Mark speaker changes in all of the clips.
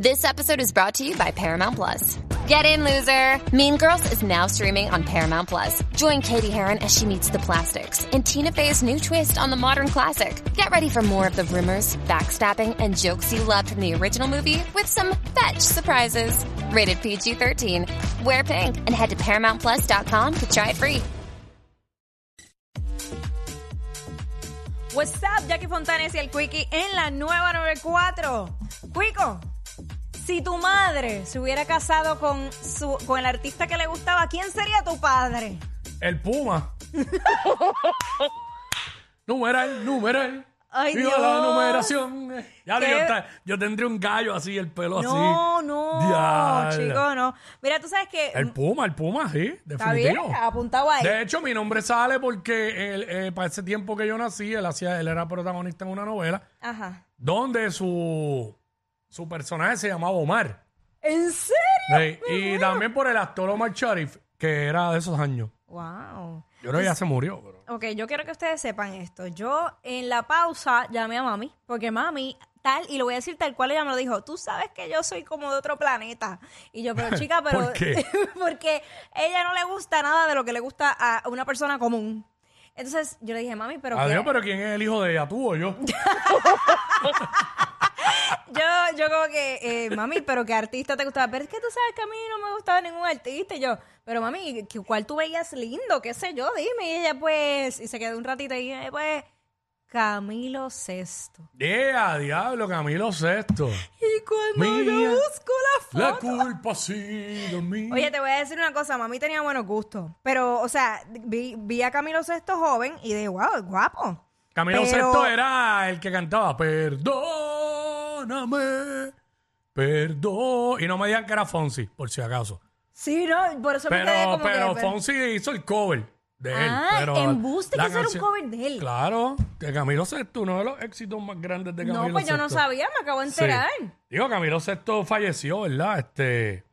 Speaker 1: This episode is brought to you by Paramount Plus. Get in, loser! Mean Girls is now streaming on Paramount Plus. Join Katie Heron as she meets the plastics in Tina Fey's new twist on the modern classic. Get ready for more of the rumors, backstabbing, and jokes you loved from the original movie with some fetch surprises. Rated PG 13. Wear pink and head to ParamountPlus.com to try it free.
Speaker 2: What's up, Jackie Fontanes y el Quickie en la nueva 94. Quico, si tu madre se hubiera casado con, su, con el artista que le gustaba, ¿quién sería tu padre?
Speaker 3: El Puma. numeral, numeral.
Speaker 2: Ay,
Speaker 3: Digo,
Speaker 2: Dios.
Speaker 3: la numeración. Ya,
Speaker 2: Qué-
Speaker 3: yo, ta- yo tendría un gallo así, el pelo
Speaker 2: No,
Speaker 3: así.
Speaker 2: no,
Speaker 3: Diablo.
Speaker 2: chico, no. Mira, tú sabes que...
Speaker 3: El Puma, el Puma, sí,
Speaker 2: Está bien,
Speaker 3: definitivo.
Speaker 2: apuntado ahí.
Speaker 3: De hecho, mi nombre sale porque él, eh, para ese tiempo que yo nací, él, hacía, él era protagonista en una novela
Speaker 2: Ajá.
Speaker 3: donde su, su personaje se llamaba Omar.
Speaker 2: ¿En serio?
Speaker 3: Sí, y también por el actor Omar Sharif, que era de esos años.
Speaker 2: Wow.
Speaker 3: Yo creo que ya se murió, pero...
Speaker 2: Ok, yo quiero que ustedes sepan esto. Yo en la pausa llamé a mami, porque mami, tal, y lo voy a decir tal cual ella me lo dijo, tú sabes que yo soy como de otro planeta. Y yo, pero chica, pero...
Speaker 3: ¿Por qué?
Speaker 2: porque ella no le gusta nada de lo que le gusta a una persona común. Entonces yo le dije, mami, pero... ¿qué?".
Speaker 3: Adiós, pero ¿quién es el hijo de ella? ¿Tú o yo?
Speaker 2: Yo, yo como que, eh, mami, pero ¿qué artista te gustaba? Pero es que tú sabes que a mí no me gustaba ningún artista. Y yo, pero mami, ¿qué- ¿cuál tú veías lindo? ¿Qué sé yo? Dime. Y ella, pues, y se quedó un ratito ahí, eh, pues, Camilo Sexto.
Speaker 3: Yeah, diablo, Camilo Sexto.
Speaker 2: Y cuando yo
Speaker 3: Mía,
Speaker 2: busco la
Speaker 3: La
Speaker 2: foto.
Speaker 3: culpa ha sido mía.
Speaker 2: Oye, te voy a decir una cosa, mami tenía buenos gustos, pero, o sea, vi, vi a Camilo Sexto joven y de wow, es guapo.
Speaker 3: Camilo
Speaker 2: pero-
Speaker 3: Sexto era el que cantaba Perdóname, perdón. Y no me digan que era Fonsi, por si acaso.
Speaker 2: Sí, no, por eso me quedé
Speaker 3: Pero,
Speaker 2: como
Speaker 3: pero
Speaker 2: que...
Speaker 3: Fonsi hizo el cover de él.
Speaker 2: Ah,
Speaker 3: pero
Speaker 2: embuste que
Speaker 3: la
Speaker 2: eso era un
Speaker 3: canción-
Speaker 2: cover de él.
Speaker 3: Claro, de Camilo Sexto, uno de los éxitos más grandes de Camilo
Speaker 2: no, pues yo no
Speaker 3: Sexto.
Speaker 2: sabía, me acabo de
Speaker 3: Sí.
Speaker 2: enterar.
Speaker 3: Digo, Camilo Sexto falleció, ¿verdad? Este,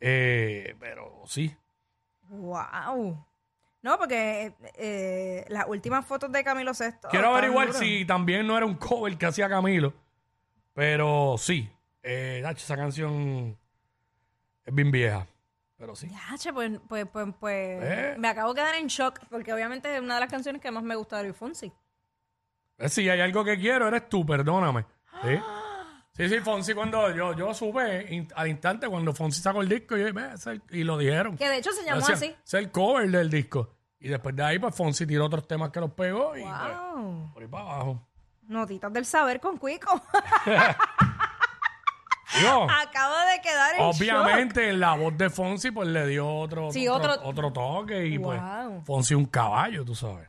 Speaker 3: eh, pero sí.
Speaker 2: Wow. No, porque eh, las últimas fotos de Camilo Sexto.
Speaker 3: Quiero
Speaker 2: están
Speaker 3: averiguar
Speaker 2: duras.
Speaker 3: si también no era un cover que hacía Camilo. Pero sí. Eh, Nacho, esa canción es bien vieja. Pero sí.
Speaker 2: Ya, che, pues, pues, pues, pues,
Speaker 3: ¿Eh?
Speaker 2: me acabo de quedar en shock, porque obviamente es una de las canciones que más me gusta de Luis Fonsi.
Speaker 3: Eh, Si hay algo que quiero, eres tú, perdóname. Sí, sí, sí, Fonsi, cuando yo, yo supe in- al instante, cuando Fonsi sacó el disco, yo, "Ve, ese es el-" y lo dijeron.
Speaker 2: Que de hecho se llamó
Speaker 3: Ese-
Speaker 2: así.
Speaker 3: ese Es el cover del disco. Y después de ahí, pues Fonsi tiró otros temas que los pegó y pues,
Speaker 2: Wow.
Speaker 3: por ahí para abajo.
Speaker 2: Oh, Notitas del saber con Cuico.
Speaker 3: Digo,
Speaker 2: acabo de quedar en shock.
Speaker 3: Obviamente la voz de Fonsi pues le dio otro,
Speaker 2: Sí,
Speaker 3: otro,
Speaker 2: otro-
Speaker 3: otro toque y
Speaker 2: Wow.
Speaker 3: pues Fonsi un caballo, tú sabes.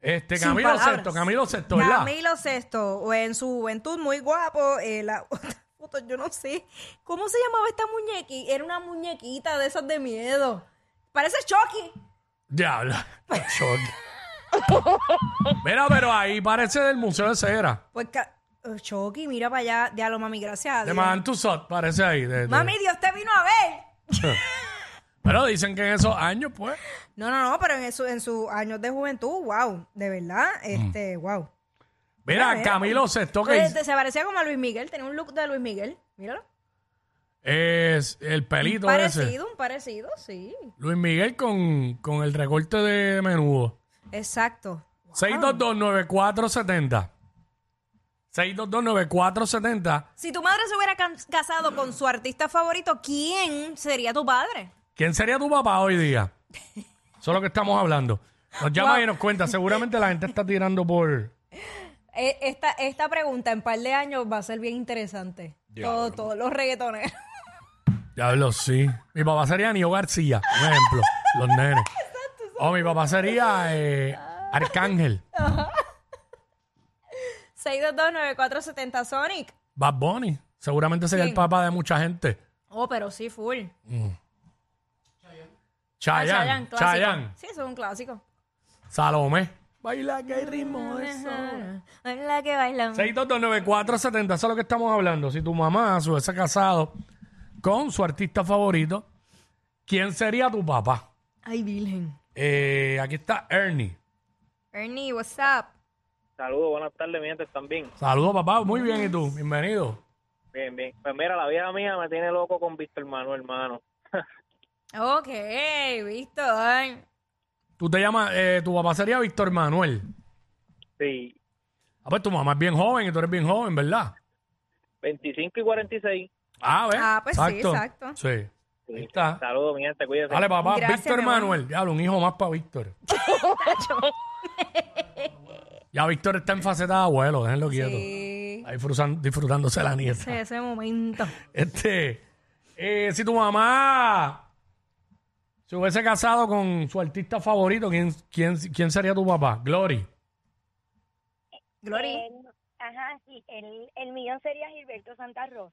Speaker 3: Este
Speaker 2: Sin
Speaker 3: Camilo
Speaker 2: palabras.
Speaker 3: Sexto, Camilo Sexto, ¿verdad?
Speaker 2: Camilo Sexto, o en su juventud muy guapo, eh, la puta, yo no sé. ¿Cómo se llamaba esta muñequita? Era una muñequita de esas de miedo. Parece Chucky.
Speaker 3: Diablo. Shock. Mira, pero ahí parece del Museo de Cera.
Speaker 2: Pues ca- eh, Chucky, mira para allá, diablo, mami, gracias a
Speaker 3: De
Speaker 2: Dios.
Speaker 3: Man to Sot, parece ahí. de- de-
Speaker 2: Mami, Dios te vino a ver.
Speaker 3: Pero dicen que en esos años, pues.
Speaker 2: No, no, no, pero en su, en sus años de juventud, wow, de verdad,
Speaker 3: Mm.
Speaker 2: este, wow.
Speaker 3: Mira,
Speaker 2: Mira, eh,
Speaker 3: Camilo Sexto que
Speaker 2: Este, se parecía como a Luis Miguel, tenía un look de Luis Miguel, míralo.
Speaker 3: es el pelito ese.
Speaker 2: Parecido, un parecido, sí.
Speaker 3: Luis Miguel con, con el recorte de menudo.
Speaker 2: Exacto.
Speaker 3: 6229470. 6229470.
Speaker 2: Si tu madre se hubiera can- casado con su artista favorito, ¿quién sería tu padre?
Speaker 3: ¿Quién sería tu papá hoy día? Eso es lo que estamos hablando. Nos llama y nos cuenta. Seguramente la gente está tirando por.
Speaker 2: Eh, Esta, esta pregunta en par de años va a ser bien interesante. Todo- todos los reggaetoneros.
Speaker 3: Diablo, sí. Mi papá sería Nio García, por ejemplo. los nenes. O mi papá sería eh, Arcángel,
Speaker 2: 6229470 Sonic.
Speaker 3: Bad Bunny. Seguramente sería el
Speaker 2: ¿Quién?
Speaker 3: papá de mucha gente.
Speaker 2: Oh, pero sí, full. Ah,
Speaker 3: Chayanne,
Speaker 2: clásico.
Speaker 3: Chayanne,
Speaker 2: Sí, eso es un clásico.
Speaker 3: Salomé. Baila que hay ritmo de eso.
Speaker 2: Hola, Ah, que bailan.
Speaker 3: 6229470, eso es lo que estamos hablando. Si tu mamá se hubiese casado con su artista favorito, ¿quién sería tu papá?
Speaker 2: Ay, virgen.
Speaker 3: Eh, aquí está Ernie.
Speaker 2: Ernie, what's up?
Speaker 4: Saludos, buenas tardes, mi gente, ¿están bien?
Speaker 3: Saludos, papá. Muy bien, ¿y tú? Bienvenido.
Speaker 4: Bien, bien. Pues mira, la vieja mía me tiene loco con Víctor Manuel, hermano.
Speaker 2: Ok, Víctor.
Speaker 3: Tú te llamas, eh, tu papá sería Víctor Manuel.
Speaker 4: Sí,
Speaker 3: Ah, pues tu mamá es bien joven y tú eres bien joven, ¿verdad?
Speaker 4: 25 y 46.
Speaker 3: Ah, ¿ves?
Speaker 2: Ah, pues sí, exacto.
Speaker 3: Sí.
Speaker 4: Sí.
Speaker 3: Ahí está.
Speaker 4: Saludos, mi gente, cuídense.
Speaker 3: Dale, papá.
Speaker 2: Gracias,
Speaker 3: Víctor
Speaker 2: mi amor.
Speaker 3: Manuel. Diablo, un hijo más para Víctor. ya Víctor está en faceta de abuelo, déjenlo quieto.
Speaker 2: Sí.
Speaker 3: Ahí fruzan- disfrutándose la nieta.
Speaker 2: Ese, ese momento.
Speaker 3: Este, eh, si tu mamá se hubiese casado con su artista favorito, ¿quién, quién, quién sería tu papá? Glory.
Speaker 2: Glory.
Speaker 5: El- ajá, sí, el, el millón sería Gilberto Santa Rosa.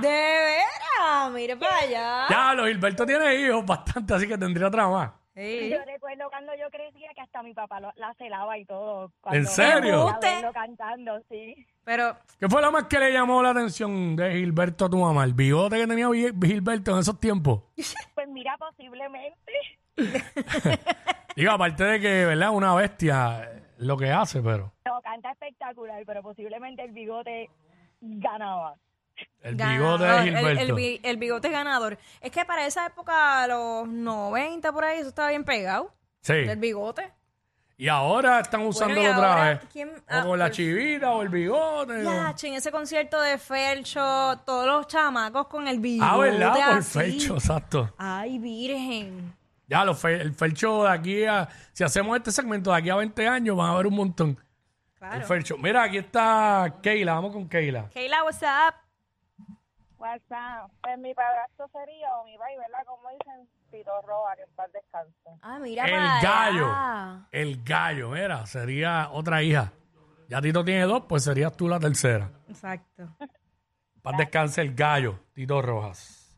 Speaker 2: De veras, mire para allá.
Speaker 3: Ya, los Gilberto tiene hijos bastante, así que tendría otra más.
Speaker 2: Sí.
Speaker 5: Yo recuerdo cuando yo crecía que hasta mi papá lo- la celaba y todo. cuando
Speaker 3: serio?
Speaker 5: era
Speaker 2: ¿Usted?
Speaker 5: verlo cantando, sí.
Speaker 2: Pero,
Speaker 3: ¿Qué fue lo más que le llamó la atención de Gilberto a tu mamá? ¿El bigote que tenía Vi- Gilberto en esos tiempos?
Speaker 5: Pues mira, posiblemente.
Speaker 3: Digo, aparte de que, ¿verdad? Una bestia eh, lo que hace, pero
Speaker 5: No, canta espectacular, pero posiblemente el bigote ganaba.
Speaker 3: el
Speaker 2: ganador,
Speaker 3: bigote de
Speaker 2: el- el
Speaker 3: Gilberto.
Speaker 2: bi- el bigote ganador. Es que para esa época, los 90 por ahí, eso estaba bien pegado. Del
Speaker 3: sí.
Speaker 2: bigote.
Speaker 3: Y ahora están usándolo
Speaker 2: y
Speaker 3: otra
Speaker 2: ahora,
Speaker 3: vez.
Speaker 2: ¿quién-
Speaker 3: o
Speaker 2: ah,
Speaker 3: con la
Speaker 2: pues-
Speaker 3: chivita o el bigote. o-
Speaker 2: Ya, en ese concierto de Felcho, todos los chamacos con el bigote.
Speaker 3: Ah, ¿verdad? Por
Speaker 2: así.
Speaker 3: Felcho, exacto.
Speaker 2: Ay, virgen.
Speaker 3: Ya, los fe- el Felcho de aquí a... Si hacemos este segmento de aquí a 20 años, van a haber un montón. El
Speaker 2: Claro.
Speaker 3: Felcho. Mira, aquí está Keila. Vamos con Keila.
Speaker 2: Keila, what's up?
Speaker 5: WhatsApp. Pues mi padrastro sería, o mi país, ¿verdad? Como dicen, Tito Roa, que en paz descanse.
Speaker 2: Ah, mira para
Speaker 3: El
Speaker 2: allá.
Speaker 3: gallo. El gallo, mira. Sería otra hija. Ya Tito tiene dos, pues serías tú la tercera.
Speaker 2: Exacto.
Speaker 3: Paz descanse el gallo, Tito Rojas.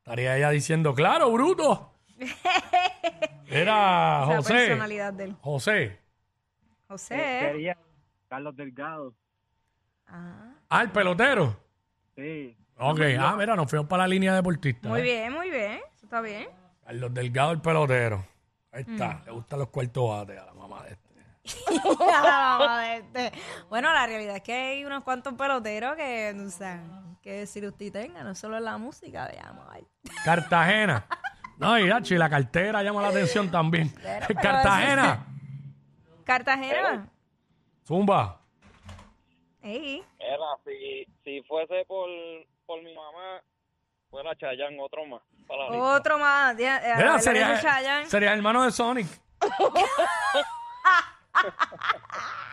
Speaker 3: Estaría ella diciendo, claro, bruto. Era
Speaker 2: La
Speaker 3: José.
Speaker 2: personalidad de él.
Speaker 3: José.
Speaker 4: Este,
Speaker 2: José.
Speaker 4: Carlos Delgado.
Speaker 2: Ah,
Speaker 3: Ah, el pelotero.
Speaker 4: Sí.
Speaker 3: Ok, ah, mira, nos fuimos para la línea deportista.
Speaker 2: muy
Speaker 3: ¿eh?
Speaker 2: bien, muy bien. Eso está bien.
Speaker 3: Carlos Delgado, el pelotero. Ahí
Speaker 2: Mm.
Speaker 3: está. Le gustan los cuartos bates a la mamá de este.
Speaker 2: Ah, mamá de este. bueno, la realidad es que hay unos cuantos peloteros que, o sea, que si usted tenga, no solo en la música, veamos. ay.
Speaker 3: Cartagena. No, y Hachi, la cartera llama la atención también.
Speaker 2: pero
Speaker 3: Cartagena.
Speaker 2: Cartagena.
Speaker 3: Zumba.
Speaker 2: Ey.
Speaker 4: Era, si, si fuese por, por mi mamá, fuera Chayán, otro más. Para la lista.
Speaker 2: Otro más. ya, eh,
Speaker 3: Mira,
Speaker 2: la de
Speaker 3: sería,
Speaker 2: Chayanne.
Speaker 3: sería hermano de Sonic.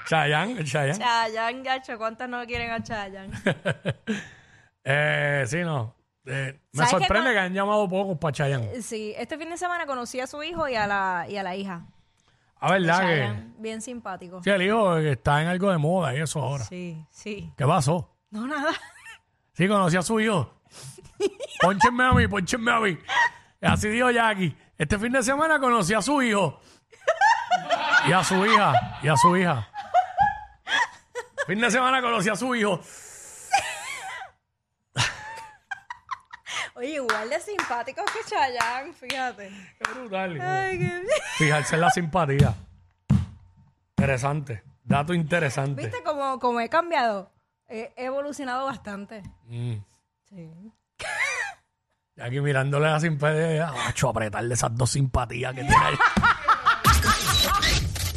Speaker 3: Chayanne, Chayanne.
Speaker 2: Chayanne, gacho, ¿cuántas no quieren a Chayanne?
Speaker 3: Eh, sí, no. Eh, me
Speaker 2: ¿Sabes qué
Speaker 3: sorprende
Speaker 2: con-
Speaker 3: que han llamado pocos para Chayanne.
Speaker 2: Sí, este fin de semana conocí a su hijo y a la, y a la hija.
Speaker 3: A verdad que...
Speaker 2: Chayanne, bien simpático.
Speaker 3: Ah, Sí, el hijo eh, está en algo de moda y eso ahora.
Speaker 2: Sí, sí.
Speaker 3: ¿Qué pasó?
Speaker 2: No, nada.
Speaker 3: Sí, conocí a su hijo. Pónchenme a mí, pónchenme a mí. Así dijo Jackie. Este fin de semana conocí a su hijo. Y a su hija. Y a su hija. Fin de semana conocí a su hijo.
Speaker 2: Oye, igual de simpáticos que Chayanne, fíjate.
Speaker 3: Qué brutal. hijo.
Speaker 2: Ay, qué
Speaker 3: Fijarse en la simpatía. Interesante. Dato interesante.
Speaker 2: ¿Viste cómo, cómo he cambiado? He he evolucionado bastante.
Speaker 3: Mm.
Speaker 2: Sí.
Speaker 3: Jackie mirándole la simpatía. Macho, apretarle esas dos simpatías que tiene ahí.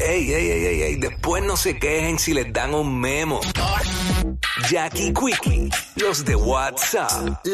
Speaker 6: Ey, ey, ey, ey, ey, después no se quejen si les dan un memo. Jackie Quickie, los de WhatsApp. la